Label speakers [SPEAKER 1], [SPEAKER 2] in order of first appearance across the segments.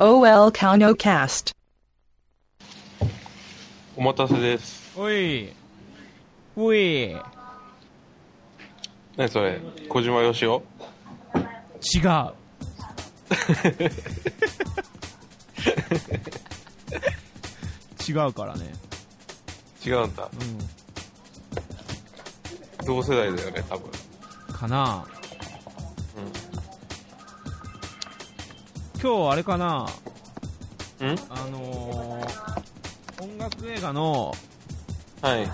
[SPEAKER 1] OL Kano Cast.
[SPEAKER 2] お待たせです。
[SPEAKER 3] おい。おい。違う。
[SPEAKER 2] 何それ小島よしお
[SPEAKER 3] 違うからね。
[SPEAKER 2] 違うんだ。同世代だよね、多分。
[SPEAKER 3] うん。かな、今日あれかな
[SPEAKER 2] うん
[SPEAKER 3] あのー、音楽映画の、
[SPEAKER 2] はい。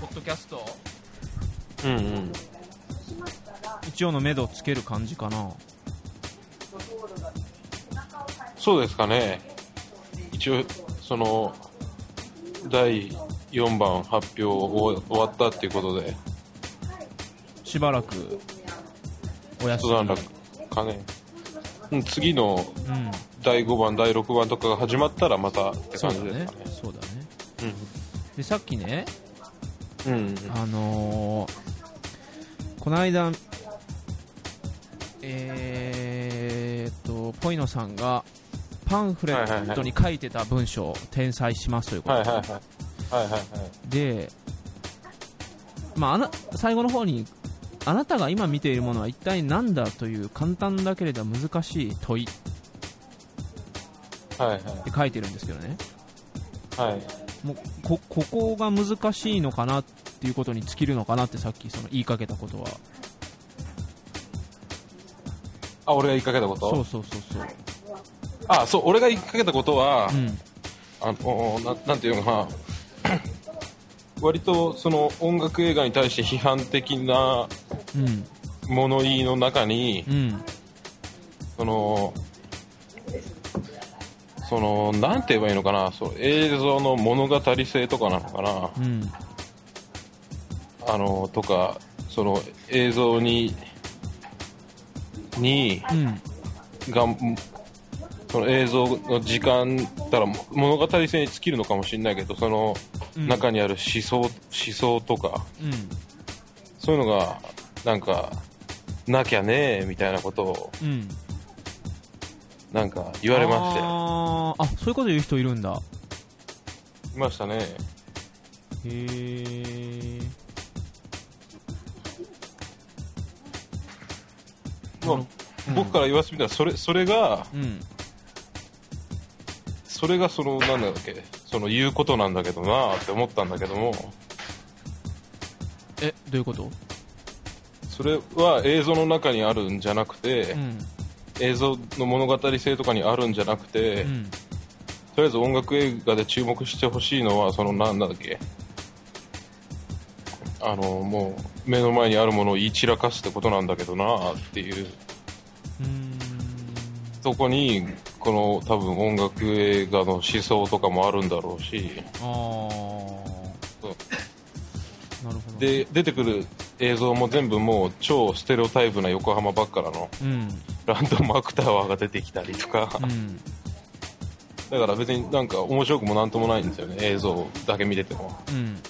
[SPEAKER 3] ポッドキャスト
[SPEAKER 2] うんうん。
[SPEAKER 3] 一応の目処つける感じかな
[SPEAKER 2] そうですかね。一応、その、第4番発表終わ終わったっていうことで、
[SPEAKER 3] しばらく、お休
[SPEAKER 2] 一
[SPEAKER 3] み。
[SPEAKER 2] 段落かね。うん次の
[SPEAKER 3] うん。
[SPEAKER 2] 第5番、第6番とかが始まったらまたって
[SPEAKER 3] そ
[SPEAKER 2] 感
[SPEAKER 3] う
[SPEAKER 2] じで
[SPEAKER 3] だ
[SPEAKER 2] す
[SPEAKER 3] ね
[SPEAKER 2] かね。。
[SPEAKER 3] そうだね。で、さっきね、
[SPEAKER 2] うん。うんうん。
[SPEAKER 3] あのー、この間、えーっと、ポイノさんがパンフレットに書いてた文章を転載しますということ
[SPEAKER 2] はい
[SPEAKER 3] で、
[SPEAKER 2] はいはい。はいはいはい。
[SPEAKER 3] で、まあ、あな最後の方に、あなたが今見ているものは一体何だという簡単だけれど難しい問いっ
[SPEAKER 2] はいは
[SPEAKER 3] て書いてるんですけどね、
[SPEAKER 2] い。はい。
[SPEAKER 3] もうこここが難しいのかなっていうことに尽きるのかなってさっきその言いかけたことは、
[SPEAKER 2] あ、俺が言いかけたこと
[SPEAKER 3] そうそうそうそう、
[SPEAKER 2] あ、そう、俺が言いかけたことは、
[SPEAKER 3] うん、
[SPEAKER 2] あのななんていうのかな 割とその音楽映画に対して批判的な
[SPEAKER 3] うん、
[SPEAKER 2] 物言いの中に
[SPEAKER 3] うん、
[SPEAKER 2] そのそのなんて言えばいいのかなそう映像の物語性とかなのかな
[SPEAKER 3] うん、
[SPEAKER 2] あのとかその映像にに
[SPEAKER 3] うん、
[SPEAKER 2] がんその映像の時間たら物語性に尽きるのかもしれないけどその
[SPEAKER 3] うん
[SPEAKER 2] 中にある思想思想とか、
[SPEAKER 3] うん、
[SPEAKER 2] そういうのが、なんか、なきゃねえ、みたいなことを、
[SPEAKER 3] うん、
[SPEAKER 2] なんか言われましたよ。
[SPEAKER 3] あーあ、そういうこと言う人いるんだ、
[SPEAKER 2] いましたね。
[SPEAKER 3] へー、
[SPEAKER 2] まあ僕から言わせてみたら、それ、それが、
[SPEAKER 3] うん、
[SPEAKER 2] それがその、なんだっけ、その言うことなんだけどなあって思ったんだけども、
[SPEAKER 3] え、どういうこと
[SPEAKER 2] それは映像の中にあるんじゃなくて、
[SPEAKER 3] うん、
[SPEAKER 2] 映像の物語性とかにあるんじゃなくて、
[SPEAKER 3] うん。
[SPEAKER 2] とりあえず音楽映画で注目してほしいのは、その、なんだっけ、あの、もう、目の前にあるものを言い散らかすってことなんだけどなあっていう。
[SPEAKER 3] うーん
[SPEAKER 2] そこに、この多分音楽映画の思想とかもあるんだろうし、
[SPEAKER 3] あ
[SPEAKER 2] そ
[SPEAKER 3] あなるほど
[SPEAKER 2] で、出てくる映像も全部もう超ステレオタイプな横浜ばっからの
[SPEAKER 3] うん
[SPEAKER 2] ランドマークタワーが出てきたりとか、
[SPEAKER 3] うん
[SPEAKER 2] だから別になんか面白くもなんともないんですよね、映像だけ見てても。
[SPEAKER 3] うん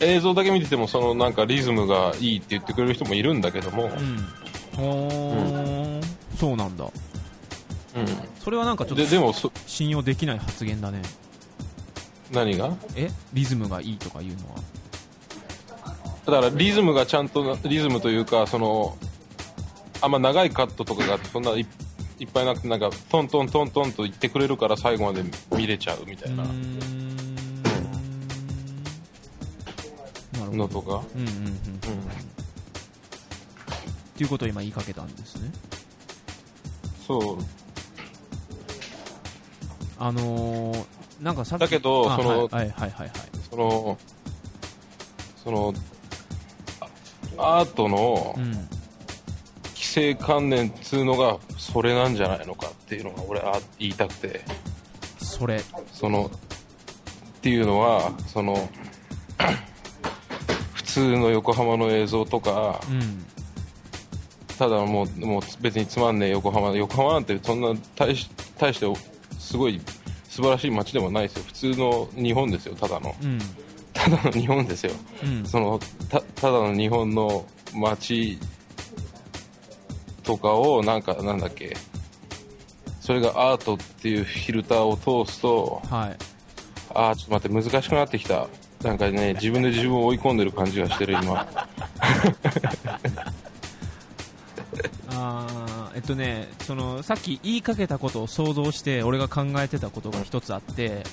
[SPEAKER 2] 映像だけ見ててもそのなんかリズムがいいって言ってくれる人もいるんだけども、
[SPEAKER 3] うんおーそうなんだ
[SPEAKER 2] うん。
[SPEAKER 3] それはなんかちょっと
[SPEAKER 2] で、でもそ、
[SPEAKER 3] 信用できない発言だね
[SPEAKER 2] 何が
[SPEAKER 3] えリズムがいいとかいうのは
[SPEAKER 2] だからリズムがちゃんとなリズムというかそのあんま長いカットとかがそんないいっぱいなくてなんかトントントントンと言ってくれるから最後まで見れちゃうみた
[SPEAKER 3] うー
[SPEAKER 2] いなん
[SPEAKER 3] なるほど
[SPEAKER 2] のとか、
[SPEAKER 3] うんうんうんっていうことを今言いかけたんですね
[SPEAKER 2] そう
[SPEAKER 3] あのー、なんかさっき
[SPEAKER 2] だけど
[SPEAKER 3] あ
[SPEAKER 2] その
[SPEAKER 3] はいはいはいはいはい
[SPEAKER 2] そのそのあアートの
[SPEAKER 3] うん
[SPEAKER 2] 規制観念っつうのがそれなんじゃないのかっていうのが俺は言いたくて
[SPEAKER 3] それ
[SPEAKER 2] そのっていうのはその 普通の横浜の映像とか、
[SPEAKER 3] うん
[SPEAKER 2] ただもうもう別につまんねえ横浜横浜なんてそんな大し大してすごい素晴らしい街でもないですよ普通の日本ですよただの
[SPEAKER 3] うん
[SPEAKER 2] ただの日本ですよ
[SPEAKER 3] うん
[SPEAKER 2] そのたただの日本の街とかをなんかなんだっけそれがアートっていうフィルターを通すと
[SPEAKER 3] はい
[SPEAKER 2] ああちょっと待って難しくなってきたなんかね自分で自分を追い込んでる感じがしてる今
[SPEAKER 3] あーえっとねそのさっき言いかけたことを想像して俺が考えてたことが一つあって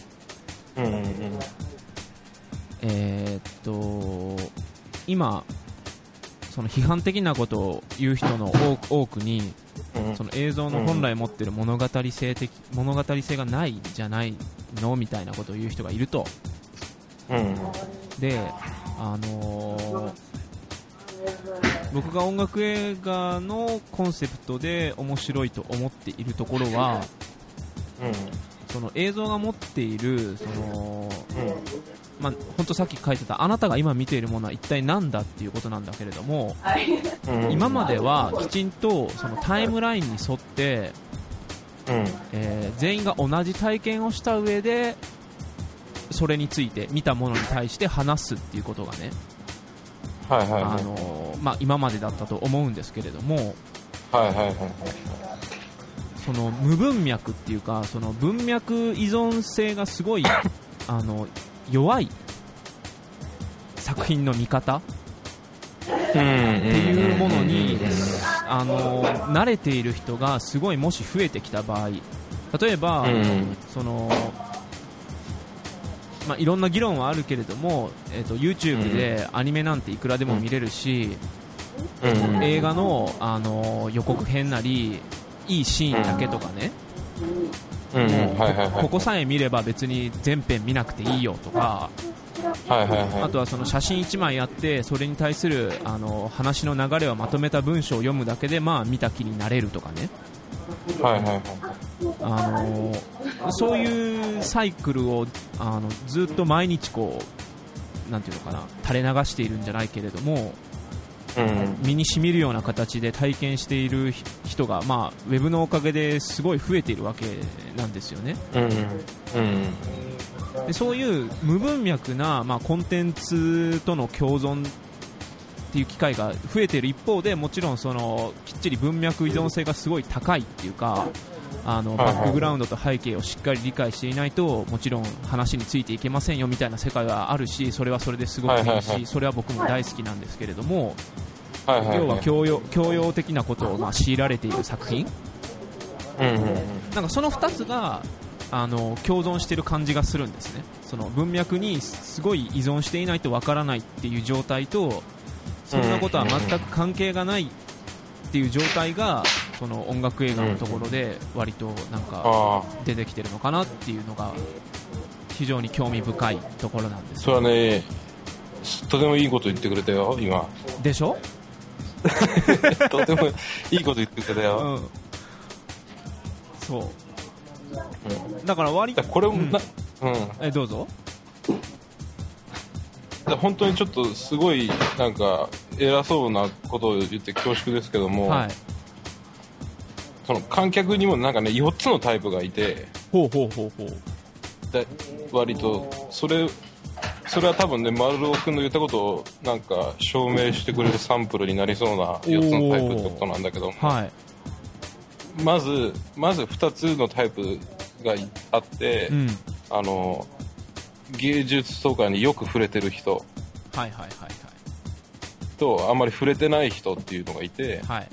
[SPEAKER 2] うんうんうん
[SPEAKER 3] えーっと今その批判的なことを言う人の多く多くに
[SPEAKER 2] うん
[SPEAKER 3] その映像の本来持ってる物語性的物語性がないんじゃないのみたいなことを言う人がいると
[SPEAKER 2] うん
[SPEAKER 3] で、あのー僕が音楽映画のコンセプトで面白いと思っているところはその映像が持っているその、
[SPEAKER 2] うんうん
[SPEAKER 3] まあ、ほんとさっき書いてたあなたが今見ているものは一体何だっていうことなんだけれども
[SPEAKER 2] うん
[SPEAKER 3] 今まではきちんとそのタイムラインに沿って、
[SPEAKER 2] うん
[SPEAKER 3] えー全員が同じ体験をした上でそれについて見たものに対して話すっていうことがね
[SPEAKER 2] はいはい
[SPEAKER 3] あ
[SPEAKER 2] はい
[SPEAKER 3] のまあ、今までだったと思うんですけれども
[SPEAKER 2] はいはいはい
[SPEAKER 3] その無文脈っていうかその文脈依存性が すごいあの弱い作品の見方っ
[SPEAKER 2] うん
[SPEAKER 3] ていうものにあの慣れている人がすごいもし増えてきた場合例えば、
[SPEAKER 2] うん
[SPEAKER 3] そのまあ、いろんな議論はあるけれども、えっと YouTube でアニメなんていくらでも見れるし、
[SPEAKER 2] うん
[SPEAKER 3] 映画の、あのー予告編なりいいシーンだけとかね、
[SPEAKER 2] うんうんはいはいはい
[SPEAKER 3] ここさえ見れば別に全編見なくていいよとか、
[SPEAKER 2] はいはいはい
[SPEAKER 3] あとはその写真1枚あってそれに対する、あのー話の流れをまとめた文章を読むだけで、まあ、見た気になれるとかね、
[SPEAKER 2] はいはいはい
[SPEAKER 3] あのーそういうサイクルをあのずっと毎日こうなんていうのかな垂れ流しているんじゃないけれども
[SPEAKER 2] うん
[SPEAKER 3] 身に染みるような形で体験している人が、まあ、ウェブのおかげですごい増えているわけなんですよね
[SPEAKER 2] うんうん
[SPEAKER 3] でそういう無文脈な、まあ、コンテンツとの共存っていう機会が増えている一方でもちろんそのきっちり文脈依存性がすごい高いっていうかあの
[SPEAKER 2] はいは
[SPEAKER 3] バ
[SPEAKER 2] い
[SPEAKER 3] ックグラウンドと背景をしっかり理解していないともちろん話についていけませんよみたいな世界はあるしそれはそれですごくい
[SPEAKER 2] はいはい
[SPEAKER 3] い
[SPEAKER 2] はい
[SPEAKER 3] しそれは僕も大好きなんですけれども、
[SPEAKER 2] はいはい
[SPEAKER 3] 要は教養教養的なことをまあ強いられている作品
[SPEAKER 2] うんうん
[SPEAKER 3] なんかその2つがあの共存してる感じがするんですねその文脈にすごい依存していないとわからないっていう状態とそんなことは全く関係がないっていう状態がその音楽映画のところで割となんか
[SPEAKER 2] ああ
[SPEAKER 3] 出てきてるのかなっていうのが非常に興味深いところなんです
[SPEAKER 2] それはねとてもいいこと言ってくれたよ今
[SPEAKER 3] でしょ、
[SPEAKER 2] とてもいいこと言ってくれた
[SPEAKER 3] う
[SPEAKER 2] よ、
[SPEAKER 3] ん、そうだから割
[SPEAKER 2] だ
[SPEAKER 3] と
[SPEAKER 2] からこれも
[SPEAKER 3] うん
[SPEAKER 2] なうん、だか
[SPEAKER 3] えどうぞ
[SPEAKER 2] ら本当にちょっとすごいなんか偉そうなことを言って恐縮ですけども、
[SPEAKER 3] はい
[SPEAKER 2] その観客にもなんかね4つのタイプがいて
[SPEAKER 3] ほうほうほうほう
[SPEAKER 2] だ割とそれそれは多分ね丸尾君の言ったことをなんか証明してくれるサンプルになりそうな4つのタイプってことなんだけども
[SPEAKER 3] はい
[SPEAKER 2] まずまず2つのタイプがいあって、
[SPEAKER 3] うん
[SPEAKER 2] あの芸術とかによく触れてる人
[SPEAKER 3] はいはいはいは
[SPEAKER 2] とあんまり触れてない人っていうのがいて
[SPEAKER 3] いはい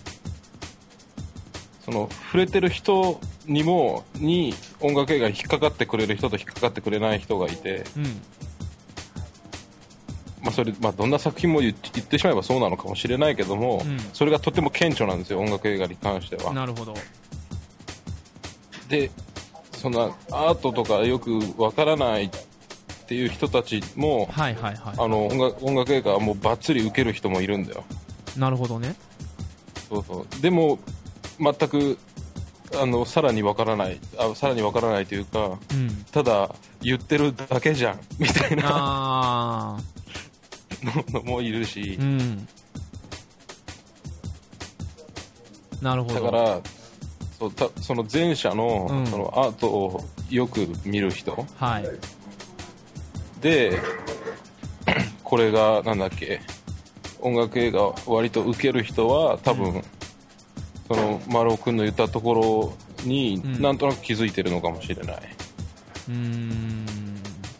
[SPEAKER 2] その触れてる人にもに音楽映画に引っかかってくれる人と引っかかってくれない人がいて、
[SPEAKER 3] うん
[SPEAKER 2] まあそれまあ、どんな作品も言って言ってしまえばそうなのかもしれないけども、
[SPEAKER 3] うん
[SPEAKER 2] それがとても顕著なんですよ音楽映画に関しては。
[SPEAKER 3] なるほど
[SPEAKER 2] でそんなアートとかよくわからないっていう人たちも
[SPEAKER 3] はいはいは
[SPEAKER 2] あの音楽音楽映画はもうバッツリ受ける人もいるんだよ
[SPEAKER 3] いなるほどね
[SPEAKER 2] そうそうでも全くあのさらにわからないあさらにわからないというか
[SPEAKER 3] うん
[SPEAKER 2] ただ言ってるだけじゃん みたいな
[SPEAKER 3] ああ
[SPEAKER 2] のもいるし
[SPEAKER 3] うんなるほ
[SPEAKER 2] だか
[SPEAKER 3] ど
[SPEAKER 2] らそうたその前者の,、
[SPEAKER 3] うん
[SPEAKER 2] そのアートをよく見る人
[SPEAKER 3] はい
[SPEAKER 2] で これがなんだっけ音楽映画割と受ける人は多分、その丸尾君の言ったところに
[SPEAKER 3] うん
[SPEAKER 2] なんとなく気づいてるのかもしれない、
[SPEAKER 3] うーん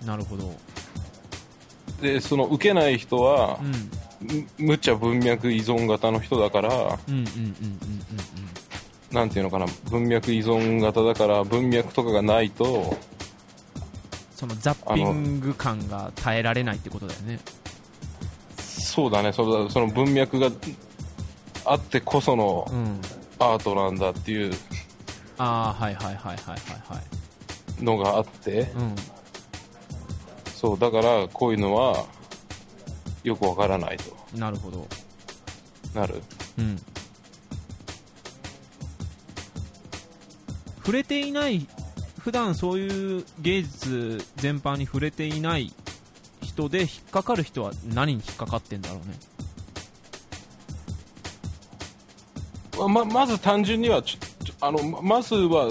[SPEAKER 3] なるほど、
[SPEAKER 2] でその受けない人は
[SPEAKER 3] うん、うん
[SPEAKER 2] む無茶文脈依存型の人だから
[SPEAKER 3] うんうんうんうん
[SPEAKER 2] なんていうのかな文脈依存型だから文脈とかがないと
[SPEAKER 3] そのザッピング感が耐えられないってことだよね
[SPEAKER 2] そうだねそれその文脈があってこその
[SPEAKER 3] うん
[SPEAKER 2] アートなんだっていう
[SPEAKER 3] ああはいはいはいはいはいはい
[SPEAKER 2] のがあって
[SPEAKER 3] うん
[SPEAKER 2] そうだからこういうのはよくわからないと
[SPEAKER 3] なるほど。
[SPEAKER 2] なる
[SPEAKER 3] うん。触れていない、普段そういう芸術全般に触れていない人で引っかかる人は何に引っかかってんだろうね。
[SPEAKER 2] ままず単純にはちょちょあのままずは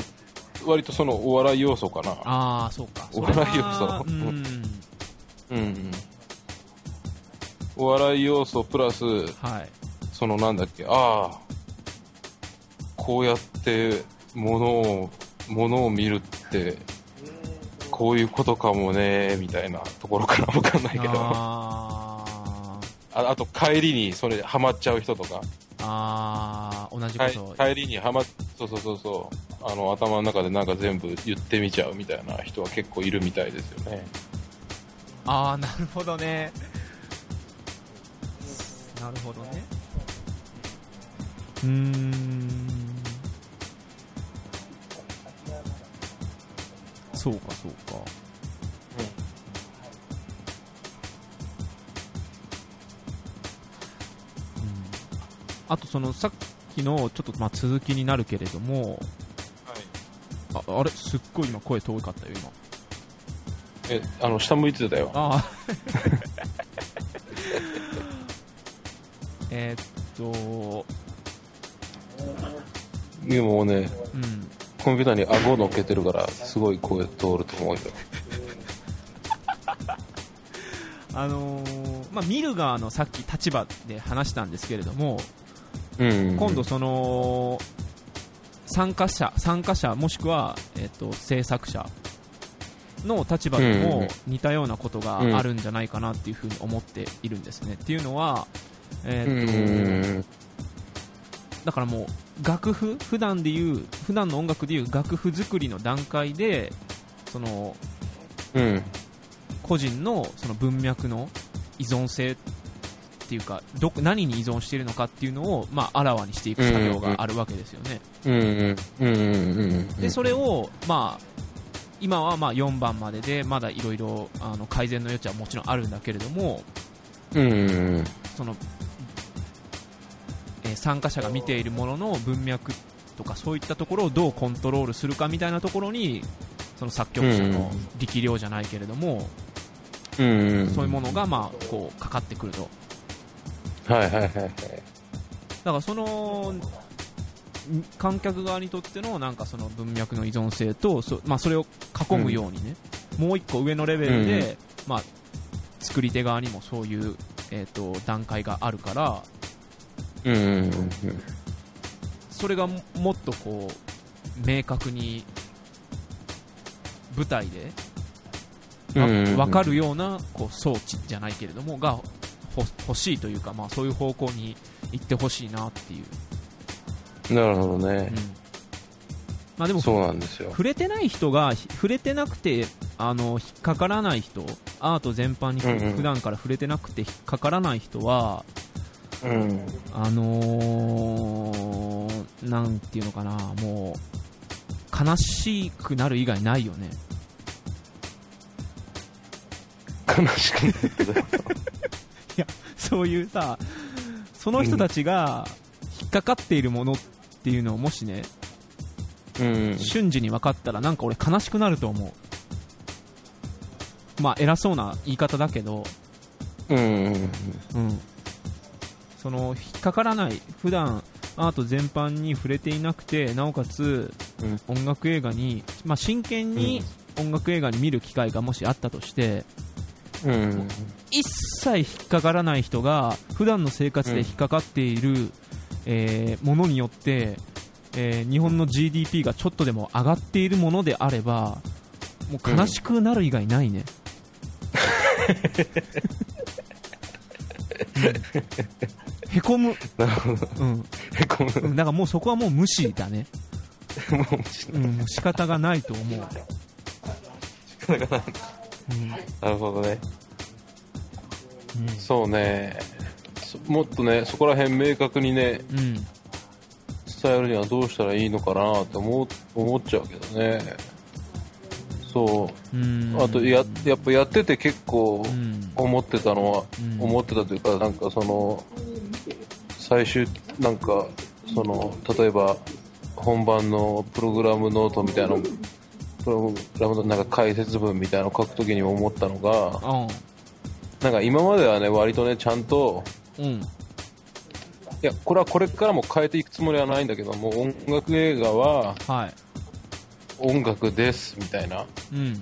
[SPEAKER 2] 割とそのお笑い要素かな
[SPEAKER 3] ああ、そうか。
[SPEAKER 2] お笑い要素
[SPEAKER 3] それはうん。
[SPEAKER 2] うんうんお笑い要素プラス
[SPEAKER 3] はい。
[SPEAKER 2] そのなんだっけああこうやって物を物を見るってこういうことかもねみたいなところから分かんないけどあ
[SPEAKER 3] あー
[SPEAKER 2] あと帰りにそれハマっちゃう人とか
[SPEAKER 3] あー、同じこ
[SPEAKER 2] 帰
[SPEAKER 3] と。
[SPEAKER 2] 帰りにハマっそうそうそうそうあの頭の中でなんか全部言ってみちゃうみたいな人は結構いるみたいですよね
[SPEAKER 3] ああ、なるほどね。なるほどね。うーん。そうか、そうか。うん。あと、その、さっきの、ちょっと、まあ、続きになるけれども、
[SPEAKER 2] はい
[SPEAKER 3] ああれ、すっごい今、声遠かったよ、今。
[SPEAKER 2] えあの下向いてたよ
[SPEAKER 3] ああ えーっと、
[SPEAKER 2] でもね
[SPEAKER 3] うん、
[SPEAKER 2] コンピューターに顎乗っけてるからすごい声通ると思うよ
[SPEAKER 3] あのーまあ、ミルガーのさっき立場で話したんですけれども、
[SPEAKER 2] うん
[SPEAKER 3] 今度その、参加者、参加者もしくは、えーっと、制作者の立場で
[SPEAKER 2] うんうんう
[SPEAKER 3] も
[SPEAKER 2] ん
[SPEAKER 3] 似たようなことがあるんじゃないかなっていうふうに思っているんですね。っていうのは、え
[SPEAKER 2] うん
[SPEAKER 3] ーっと、だからもう楽譜普段でいう普段の音楽でいう楽譜作りの段階でその
[SPEAKER 2] うん
[SPEAKER 3] 個人のその文脈の依存性っていうかどこ何に依存しているのかっていうのを、まあ、あらわにしていく作業があるわけですよね、
[SPEAKER 2] うんうんうんうんうん
[SPEAKER 3] でそれを、まあ、今はまあ4番まででまだいろいろあの改善の余地はもちろんあるんだけれども
[SPEAKER 2] うんうん
[SPEAKER 3] その、えー参加者が見ているものの文脈とかそういったところをどうコントロールするかみたいなところにその作曲者の力量じゃないけれども、
[SPEAKER 2] うんうん
[SPEAKER 3] そういうものがまあこうかかってくると
[SPEAKER 2] はいはいはいはい
[SPEAKER 3] だからそのん観客側にとってのなんかその文脈の依存性とそ,、まあ、それを囲むようにね、もう一個上のレベルで、まあ、作り手側にもそういう、えー、と段階があるから
[SPEAKER 2] うんうんうん
[SPEAKER 3] それがももっとこう明確に舞台で
[SPEAKER 2] うん
[SPEAKER 3] わ
[SPEAKER 2] うんうん
[SPEAKER 3] 分かるようなこう装置じゃないけれどもがほ欲しいというか、まあ、そういう方向に行ってほしいなっていう、
[SPEAKER 2] なるほど
[SPEAKER 3] う
[SPEAKER 2] ね
[SPEAKER 3] んまあ、でも
[SPEAKER 2] そうなんですよ
[SPEAKER 3] 触れてない人がひ触れてなくてあの引っかからない人アート全般に
[SPEAKER 2] うんうん
[SPEAKER 3] 普段から触れてなくて引っかからない人は、
[SPEAKER 2] うん
[SPEAKER 3] あのー、なんていうのかな、もう、悲しくなる以外ないよね。
[SPEAKER 2] 悲しくないけど
[SPEAKER 3] そういうさ、その人たちが引っかかっているものっていうのをもしね、
[SPEAKER 2] うん
[SPEAKER 3] 瞬時に分かったらなんか俺悲しくなると思う。まあ偉そうな言い方だけど、
[SPEAKER 2] うんうん
[SPEAKER 3] うん。その、引っかからない、普段アート全般に触れていなくて、なおかつ、
[SPEAKER 2] うん
[SPEAKER 3] 音楽映画に、まあ、真剣に音楽映画に見る機会がもしあったとして、
[SPEAKER 2] うん
[SPEAKER 3] 一切引っかからない人が、普段の生活で引っかかっている、えーものによって、えー日本の GDP がちょっとでも上がっているものであればもう悲しくなる以外ないね、うんへこむ、
[SPEAKER 2] なるほど。
[SPEAKER 3] うん
[SPEAKER 2] へこむ。
[SPEAKER 3] うん、だからもうそこはもう無視だね、
[SPEAKER 2] もう、し
[SPEAKER 3] うん、もう仕方がないと思う、
[SPEAKER 2] なかない。
[SPEAKER 3] うん
[SPEAKER 2] なるほどね。
[SPEAKER 3] うん
[SPEAKER 2] そうね。そもっとね、そこら辺明確にね、
[SPEAKER 3] うん、
[SPEAKER 2] 伝えるにはどうしたらいいのかなって思う思っちゃうけどね。そう。
[SPEAKER 3] うん
[SPEAKER 2] あとややっぱやってて結構
[SPEAKER 3] うん
[SPEAKER 2] 思ってたのは、
[SPEAKER 3] うん
[SPEAKER 2] 思ってたというかなんかその最終なんかその例えば本番のプログラムノートみたいなプログラムのなんか解説文みたいなの書くときに思ったのが
[SPEAKER 3] あ
[SPEAKER 2] なんか今まではね割とねちゃんと
[SPEAKER 3] うん
[SPEAKER 2] いやこれはこれからも変えていくつもりはないんだけども音楽映画は
[SPEAKER 3] はい
[SPEAKER 2] 音楽ですみたいな
[SPEAKER 3] うん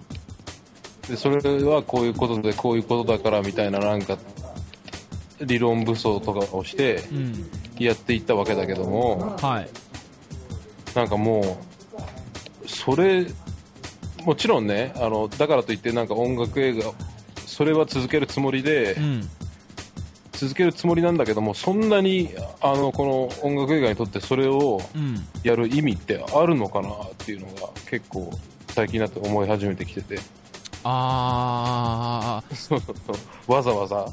[SPEAKER 2] でそれはこういうことでこういうことだからみたいななんか理論武装とかをして
[SPEAKER 3] うん
[SPEAKER 2] やっていったわけだけども
[SPEAKER 3] はい
[SPEAKER 2] なんかもうそれもちろんねあのだからといってなんか音楽映画それは続けるつもりで
[SPEAKER 3] うん
[SPEAKER 2] 続けるつもりなんだけどもそんなにあのこの音楽映画にとってそれを
[SPEAKER 3] うん
[SPEAKER 2] やる意味ってあるのかなっていうのが結構最近になって思い始めてきてて
[SPEAKER 3] ああ
[SPEAKER 2] そうそうそうわざわざ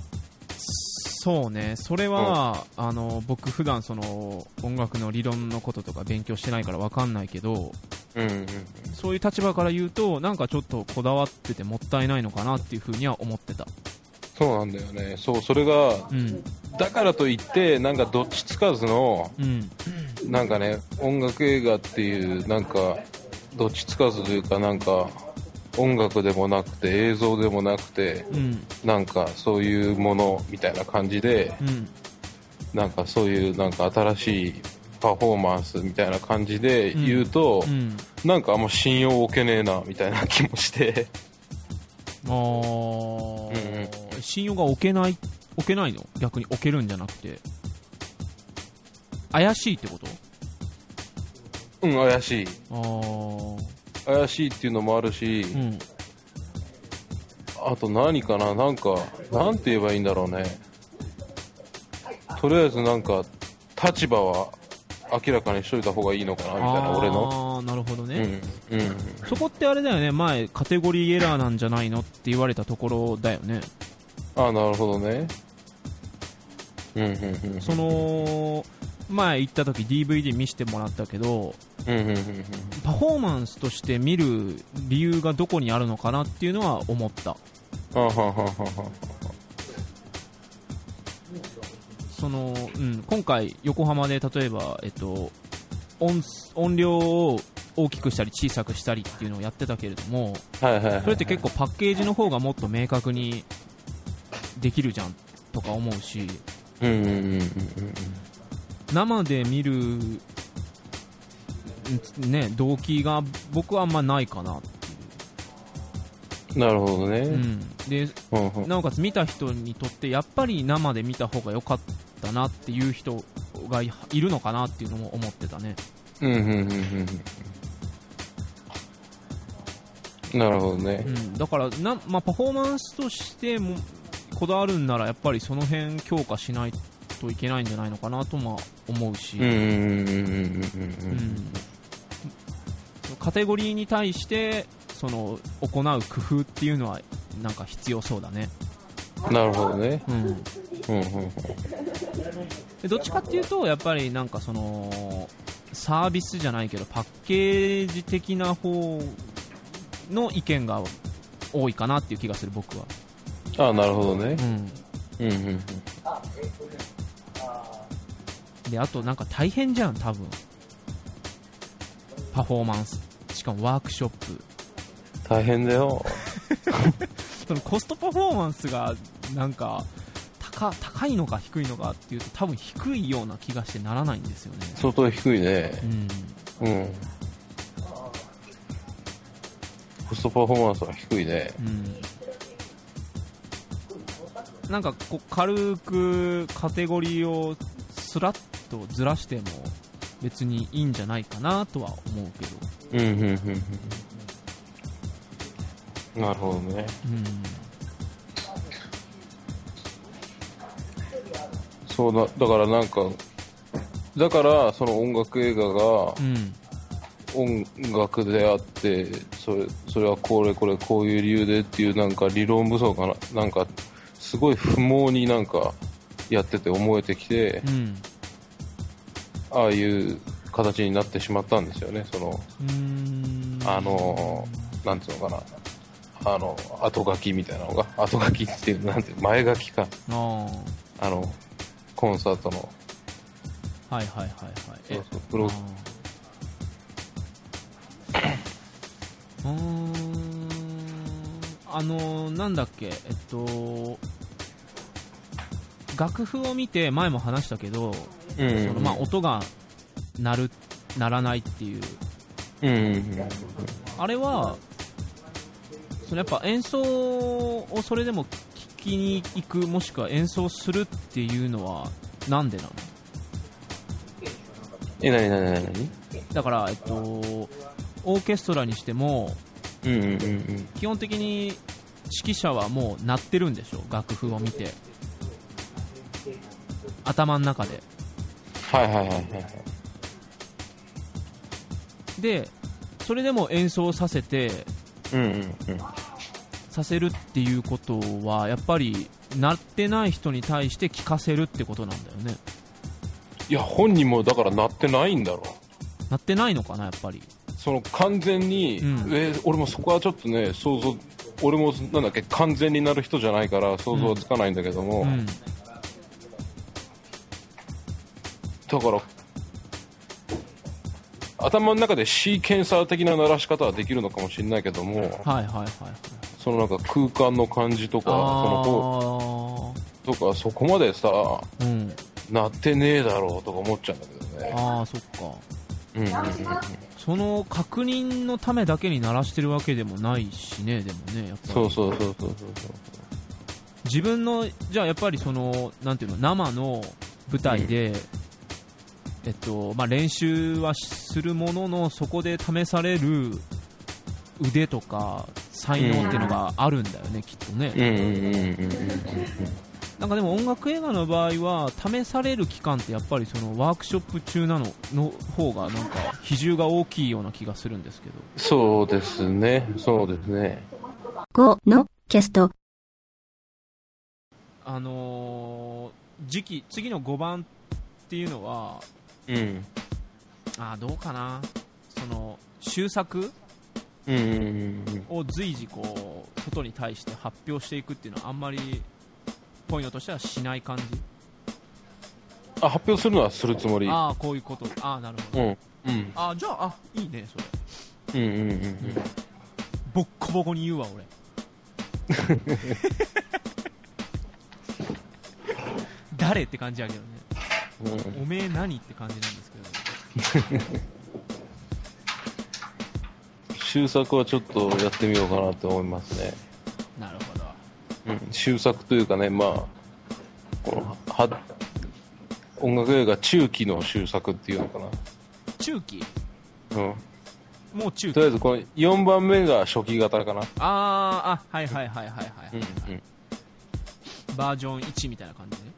[SPEAKER 3] そうねそれは、あの僕普段その音楽の理論のこととか勉強してないからわかんないけど
[SPEAKER 2] うんうん
[SPEAKER 3] そういう立場から言うとなんかちょっとこだわっててもったいないのかなっていうふうには思ってた
[SPEAKER 2] そうなんだよね。そう、それが
[SPEAKER 3] う、ん
[SPEAKER 2] だからといって、なんかどっちつかずの、
[SPEAKER 3] うん
[SPEAKER 2] なんかね、音楽映画っていう、なんか、どっちつかずというか、なんか、音楽でもなくて、映像でもなくて、
[SPEAKER 3] うん
[SPEAKER 2] なんかそういうものみたいな感じで、
[SPEAKER 3] うん
[SPEAKER 2] なんかそういう、なんか新しいパフォーマンスみたいな感じで言うと
[SPEAKER 3] う、ん
[SPEAKER 2] なんかあんま信用置けねえな、みたいな気もして、
[SPEAKER 3] あー、
[SPEAKER 2] うん
[SPEAKER 3] 信用が置けない置けないの逆に置けるんじゃなくて怪しいってこと
[SPEAKER 2] うん、怪しい。
[SPEAKER 3] ああ
[SPEAKER 2] 怪しいっていうのもあるし、
[SPEAKER 3] うん
[SPEAKER 2] あと何かな、なんか、なんて言えばいいんだろうね。とりあえずなんか、立場は明らかにしといた方がいいのかな、みたいな、俺の。
[SPEAKER 3] ああなるほど
[SPEAKER 2] うん
[SPEAKER 3] ね、、
[SPEAKER 2] うん。
[SPEAKER 3] そこってあれだよね前カテゴリーエラーなんじゃないのって言われたところだよね
[SPEAKER 2] ああ、なるほどね。うん、うん、うん。
[SPEAKER 3] その前行った時 DVD 見せてもらったけど
[SPEAKER 2] うん、うん、うんうん。
[SPEAKER 3] パフォーマンスとして見る理由がどこにあるのかなっていうのは思った
[SPEAKER 2] あはははは。
[SPEAKER 3] その、うん、今回、横浜で例えば、えっと、音音量を大きくしたり小さくしたりっていうのをやってたけれども
[SPEAKER 2] はいはいはい。
[SPEAKER 3] それって結構パッケージの方がもっと明確にできるじゃんとか思うし
[SPEAKER 2] うん、うん、うん、うん。
[SPEAKER 3] 生で見る、んね、動機が僕はあんまないかな、
[SPEAKER 2] うんなるほどね。う、
[SPEAKER 3] うんん、で
[SPEAKER 2] うん。
[SPEAKER 3] なおかつ見た人にとってやっぱり生で見た方が良かったなっていう人がいいるのかなっていうのも思ってたね。
[SPEAKER 2] うん、うん、うん、うん。なるほどね
[SPEAKER 3] う。ん、だからな、まあ、パフォーマンスとしてもこだわるんならやっぱりその辺強化しないといけないんじゃないのかなとまあ思うし、
[SPEAKER 2] うん、うん、うん、うん、うん、う。
[SPEAKER 3] うんんカテゴリーに対してその行う工夫っていうのはなんか必要そうだね、
[SPEAKER 2] なるほどね。
[SPEAKER 3] うん、
[SPEAKER 2] うん、うん、うん。
[SPEAKER 3] でどっちかっていうとやっぱりなんかそのサービスじゃないけどパッケージ的な方の意見が多いかなっていう気がする僕は、
[SPEAKER 2] ああ、なるほどね
[SPEAKER 3] う。ん、
[SPEAKER 2] うんうんうん。
[SPEAKER 3] であとなんか大変じゃん多分パフォーマンスしかもワークショップ
[SPEAKER 2] 大変だよ。
[SPEAKER 3] そのコストパフォーマンスがなんか高高いのか低いのかっていうと多分低いような気がしてならないんですよね
[SPEAKER 2] 相当低いね。
[SPEAKER 3] うん
[SPEAKER 2] うん。コストパフォーマンスは低いね。
[SPEAKER 3] うんなんかこう軽くカテゴリーをスラッとずらしても別にいいんじゃないかなとは思う
[SPEAKER 2] う
[SPEAKER 3] けど、
[SPEAKER 2] んうんうんうんなるほどね
[SPEAKER 3] うん、
[SPEAKER 2] そうだだからなんかだからその音楽映画が
[SPEAKER 3] うん、
[SPEAKER 2] 音楽であってそれそれはこれこれこういう理由でっていうなんか理論武装かななんかすごい不毛になんかやってて思えてきて
[SPEAKER 3] うん、
[SPEAKER 2] ああいう形になってしまったんですよねその
[SPEAKER 3] うーん
[SPEAKER 2] あのーなんつうのかなあの後書きみたいなのが後書きっていうなんて前書きか
[SPEAKER 3] あー
[SPEAKER 2] あのコンサートの
[SPEAKER 3] はいはいはいはいえ
[SPEAKER 2] そうそうプロ
[SPEAKER 3] あーうーんあのなんだっけえっと楽譜を見て前も話したけど、
[SPEAKER 2] うんうん
[SPEAKER 3] そのまあ、音が鳴る鳴らないっていう
[SPEAKER 2] うんうんうん
[SPEAKER 3] あれはそのやっぱ演奏をそれでも聞きに行くもしくは演奏するっていうのはなんでなの
[SPEAKER 2] えなになになになに
[SPEAKER 3] だから、えっと、オーケストラにしても
[SPEAKER 2] うんうんうんうん
[SPEAKER 3] 基本的に指揮者はもう鳴ってるんでしょ楽譜を見て頭の中で
[SPEAKER 2] はいはいはいはいはい
[SPEAKER 3] でそれでも演奏させて
[SPEAKER 2] うんうんうん
[SPEAKER 3] させるっていうことはやっぱり鳴ってない人に対して聞かせるってことなんだよね
[SPEAKER 2] いや本人もだからなってないんだろ
[SPEAKER 3] 鳴ってないのかなやっぱり
[SPEAKER 2] うその完全に、
[SPEAKER 3] うん
[SPEAKER 2] えー俺もそこはちょっとね想像俺もなんだっけ完全になる人じゃないから想像はつかないんだけども、
[SPEAKER 3] うん
[SPEAKER 2] だから頭の中でシーケンサー的な鳴らし方はできるのかもしれないけども
[SPEAKER 3] はいはいはいはい
[SPEAKER 2] そのなんか空間の感じとかその方
[SPEAKER 3] あ
[SPEAKER 2] とかそこまでさ
[SPEAKER 3] ーうん
[SPEAKER 2] なってねえだろうとか思っちゃうんだけどね
[SPEAKER 3] あーそっか
[SPEAKER 2] うんうんうん
[SPEAKER 3] その確認のためだけに鳴らしてるわけでもないしねでもねやっぱり
[SPEAKER 2] そうそうそうそうそう
[SPEAKER 3] 自分のじゃあやっぱりそのなんていうの生の舞台で、えっとまあ、練習はするもののそこで試される腕とか才能っていうのがあるんだよね、きっとね、
[SPEAKER 2] うんうんうんうんうん
[SPEAKER 3] なんかでも音楽映画の場合は試される期間ってやっぱりそのワークショップ中なのの方がなんか比重が大きいような気がするんですけど
[SPEAKER 2] そうですねそうですね
[SPEAKER 4] 5のキャスト。
[SPEAKER 3] あのー時期次の5番っていうのは
[SPEAKER 2] うん
[SPEAKER 3] あーどうかなその終作
[SPEAKER 2] うんうんうん
[SPEAKER 3] を随時こう外に対して発表していくっていうのはあんまりポイントとしてはしない感じ
[SPEAKER 2] あ発表するのはするつもり
[SPEAKER 3] ああこういうことああなるほ
[SPEAKER 2] うんう
[SPEAKER 3] ど、
[SPEAKER 2] ん
[SPEAKER 3] ああじゃああいいねそれ
[SPEAKER 2] うんうんうんうん
[SPEAKER 3] ボッコボコに言うわ俺誰って感じやけどね
[SPEAKER 2] うん
[SPEAKER 3] おめえ何って感じなんですけど
[SPEAKER 2] 終作はちょっとやってみようかなと思いますね
[SPEAKER 3] なるほど
[SPEAKER 2] うん終作というかね、まあ、このは音楽映画中期の終作っていうのか
[SPEAKER 3] 中期
[SPEAKER 2] な、うん、
[SPEAKER 3] もう中
[SPEAKER 2] とりあ
[SPEAKER 3] 期
[SPEAKER 2] えずこの4番目が初期型かな、
[SPEAKER 3] あーあはいはいはいはいはい、
[SPEAKER 2] うんうん、
[SPEAKER 3] バージョン1みたいな感じね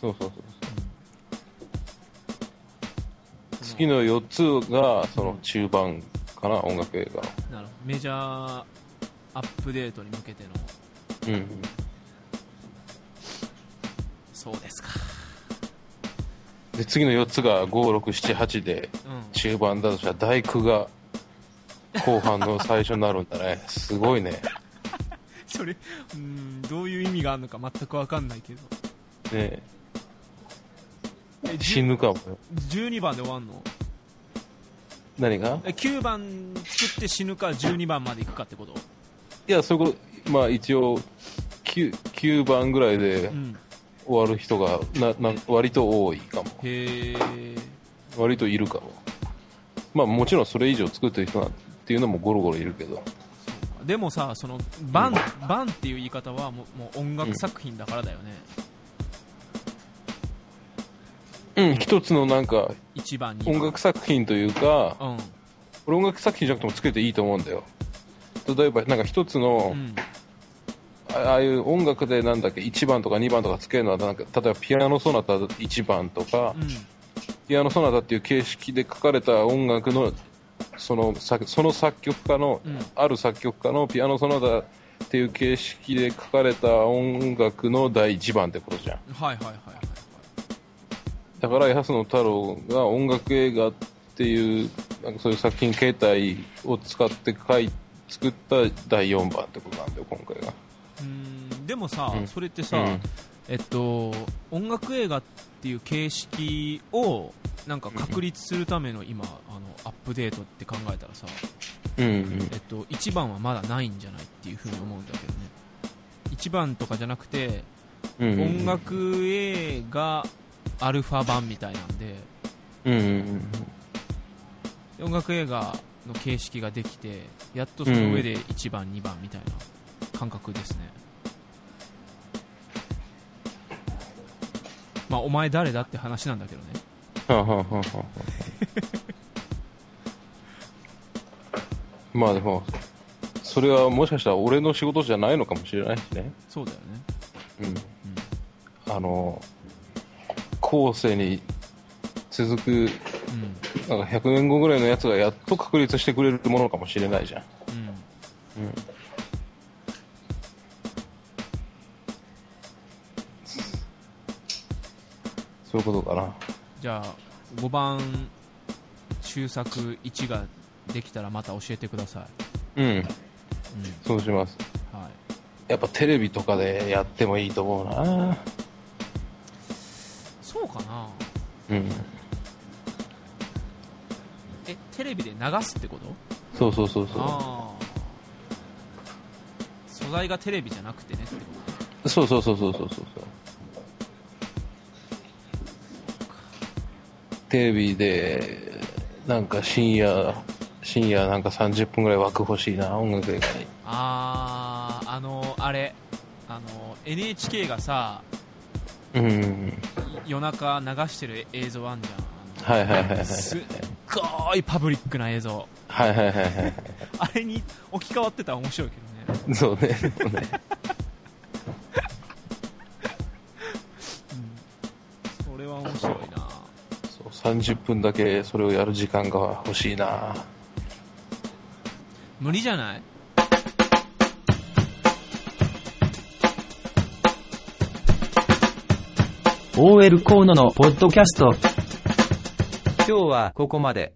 [SPEAKER 2] そうそうそうそう次の4つがその中盤かな音楽映画
[SPEAKER 3] なるほどメジャーアップデートに向けての
[SPEAKER 2] うん
[SPEAKER 3] そうですか
[SPEAKER 2] で次の4つが5678で
[SPEAKER 3] うん
[SPEAKER 2] 中盤だとしたら第9が後半の最初になるんだねすごいね
[SPEAKER 3] それうんどういう意味があるのか全く分かんないけど
[SPEAKER 2] ね
[SPEAKER 3] え
[SPEAKER 2] 死ぬかもよ
[SPEAKER 3] 12番で終わんの
[SPEAKER 2] 何が
[SPEAKER 3] え9番作って死ぬか12番までいくかってこと
[SPEAKER 2] いや、そこ、まあ一応9、9番ぐらいで
[SPEAKER 3] うん
[SPEAKER 2] 終わる人がなな割と多いかも。
[SPEAKER 3] へえ
[SPEAKER 2] 割といるかも。まあもちろんそれ以上作ってる人なんていうのもゴロゴロいるけど。
[SPEAKER 3] でもさその番番っていう言い方はもうもう音楽作品だからだよね、
[SPEAKER 2] うん、一つのなんか、
[SPEAKER 3] 1番、2
[SPEAKER 2] 音
[SPEAKER 3] 番。
[SPEAKER 2] 楽作品というか、
[SPEAKER 3] うん。
[SPEAKER 2] 俺音楽作品じゃなくてもつけていいと思うんだよ。例えば、なんか一つの、
[SPEAKER 3] うん。
[SPEAKER 2] あああいう音楽でなんだっけ、1番とか2番とかつけるのは、なんか、例えばピアノソナタ1番とか、ピアノソナタっていう形式で書かれた音楽の、その作その作曲家の、
[SPEAKER 3] うん。
[SPEAKER 2] ある作曲家のピアノソナタっていう形式で書かれた音楽の第1番ってことじゃん。
[SPEAKER 3] うん。はいはいはいはい。
[SPEAKER 2] だから安野太郎が音楽映画っていうなんかそういう作品形態を使って書い作った第4番ってことなんだよ今回が
[SPEAKER 3] うーん。でもさ、
[SPEAKER 2] うん
[SPEAKER 3] それってさ、
[SPEAKER 2] うん
[SPEAKER 3] えっと、音楽映画っていう形式を、なんか確立するための今、あの、アップデートって考えたらさ、
[SPEAKER 2] うんうん
[SPEAKER 3] えっと、1番はまだないんじゃないっていうふうに思うんだけどね。1番とかじゃなくて、
[SPEAKER 2] うんうん
[SPEAKER 3] 音楽映画アルファ版みたいなんで、
[SPEAKER 2] うんうんうん
[SPEAKER 3] 音楽映画の形式ができてやっとその上で1番、2番みたいな感覚ですねまあお前誰だって話なんだけどね
[SPEAKER 2] はあはあはあはあまあでもそれはもしかしたら俺の仕事じゃないのかもしれないしね
[SPEAKER 3] そうだよね
[SPEAKER 2] うんあの後世に続く
[SPEAKER 3] う
[SPEAKER 2] なんか100年後ぐらいのやつがやっと確立してくれるものかもしれないじゃん。
[SPEAKER 3] んうん
[SPEAKER 2] そういうことかな。
[SPEAKER 3] じゃあ5番終作1ができたらまた教えてくださ
[SPEAKER 2] うん、
[SPEAKER 3] い、
[SPEAKER 2] そうします。
[SPEAKER 3] うんはい、
[SPEAKER 2] やっぱテレビとかでやってもいいと思うな。
[SPEAKER 3] そうかな
[SPEAKER 2] うん。
[SPEAKER 3] えテレビで流すってこと
[SPEAKER 2] そうそうそうそ
[SPEAKER 3] ああ素材がテレビじゃなくてねってことね
[SPEAKER 2] う。そうそうそうそうそうそう。テレビで、なんか深夜、深夜なんか30分ぐらい枠欲しいな、音楽映画に。
[SPEAKER 3] あああのあれあの NHK がさ
[SPEAKER 2] うん。
[SPEAKER 3] 夜中流してる映像あんじゃんあ
[SPEAKER 2] はいはいはいはい。
[SPEAKER 3] のすっごいパブリックな映像
[SPEAKER 2] はいはいはいは
[SPEAKER 3] あれに置き換わってたら面白いけどね
[SPEAKER 2] い。そうね。そうね
[SPEAKER 3] それは面白いな
[SPEAKER 2] そう30分だけそれをやる時間が欲しいな
[SPEAKER 3] 無理じゃない
[SPEAKER 5] ー OL コーノのポッドキャスト。今日はここまで。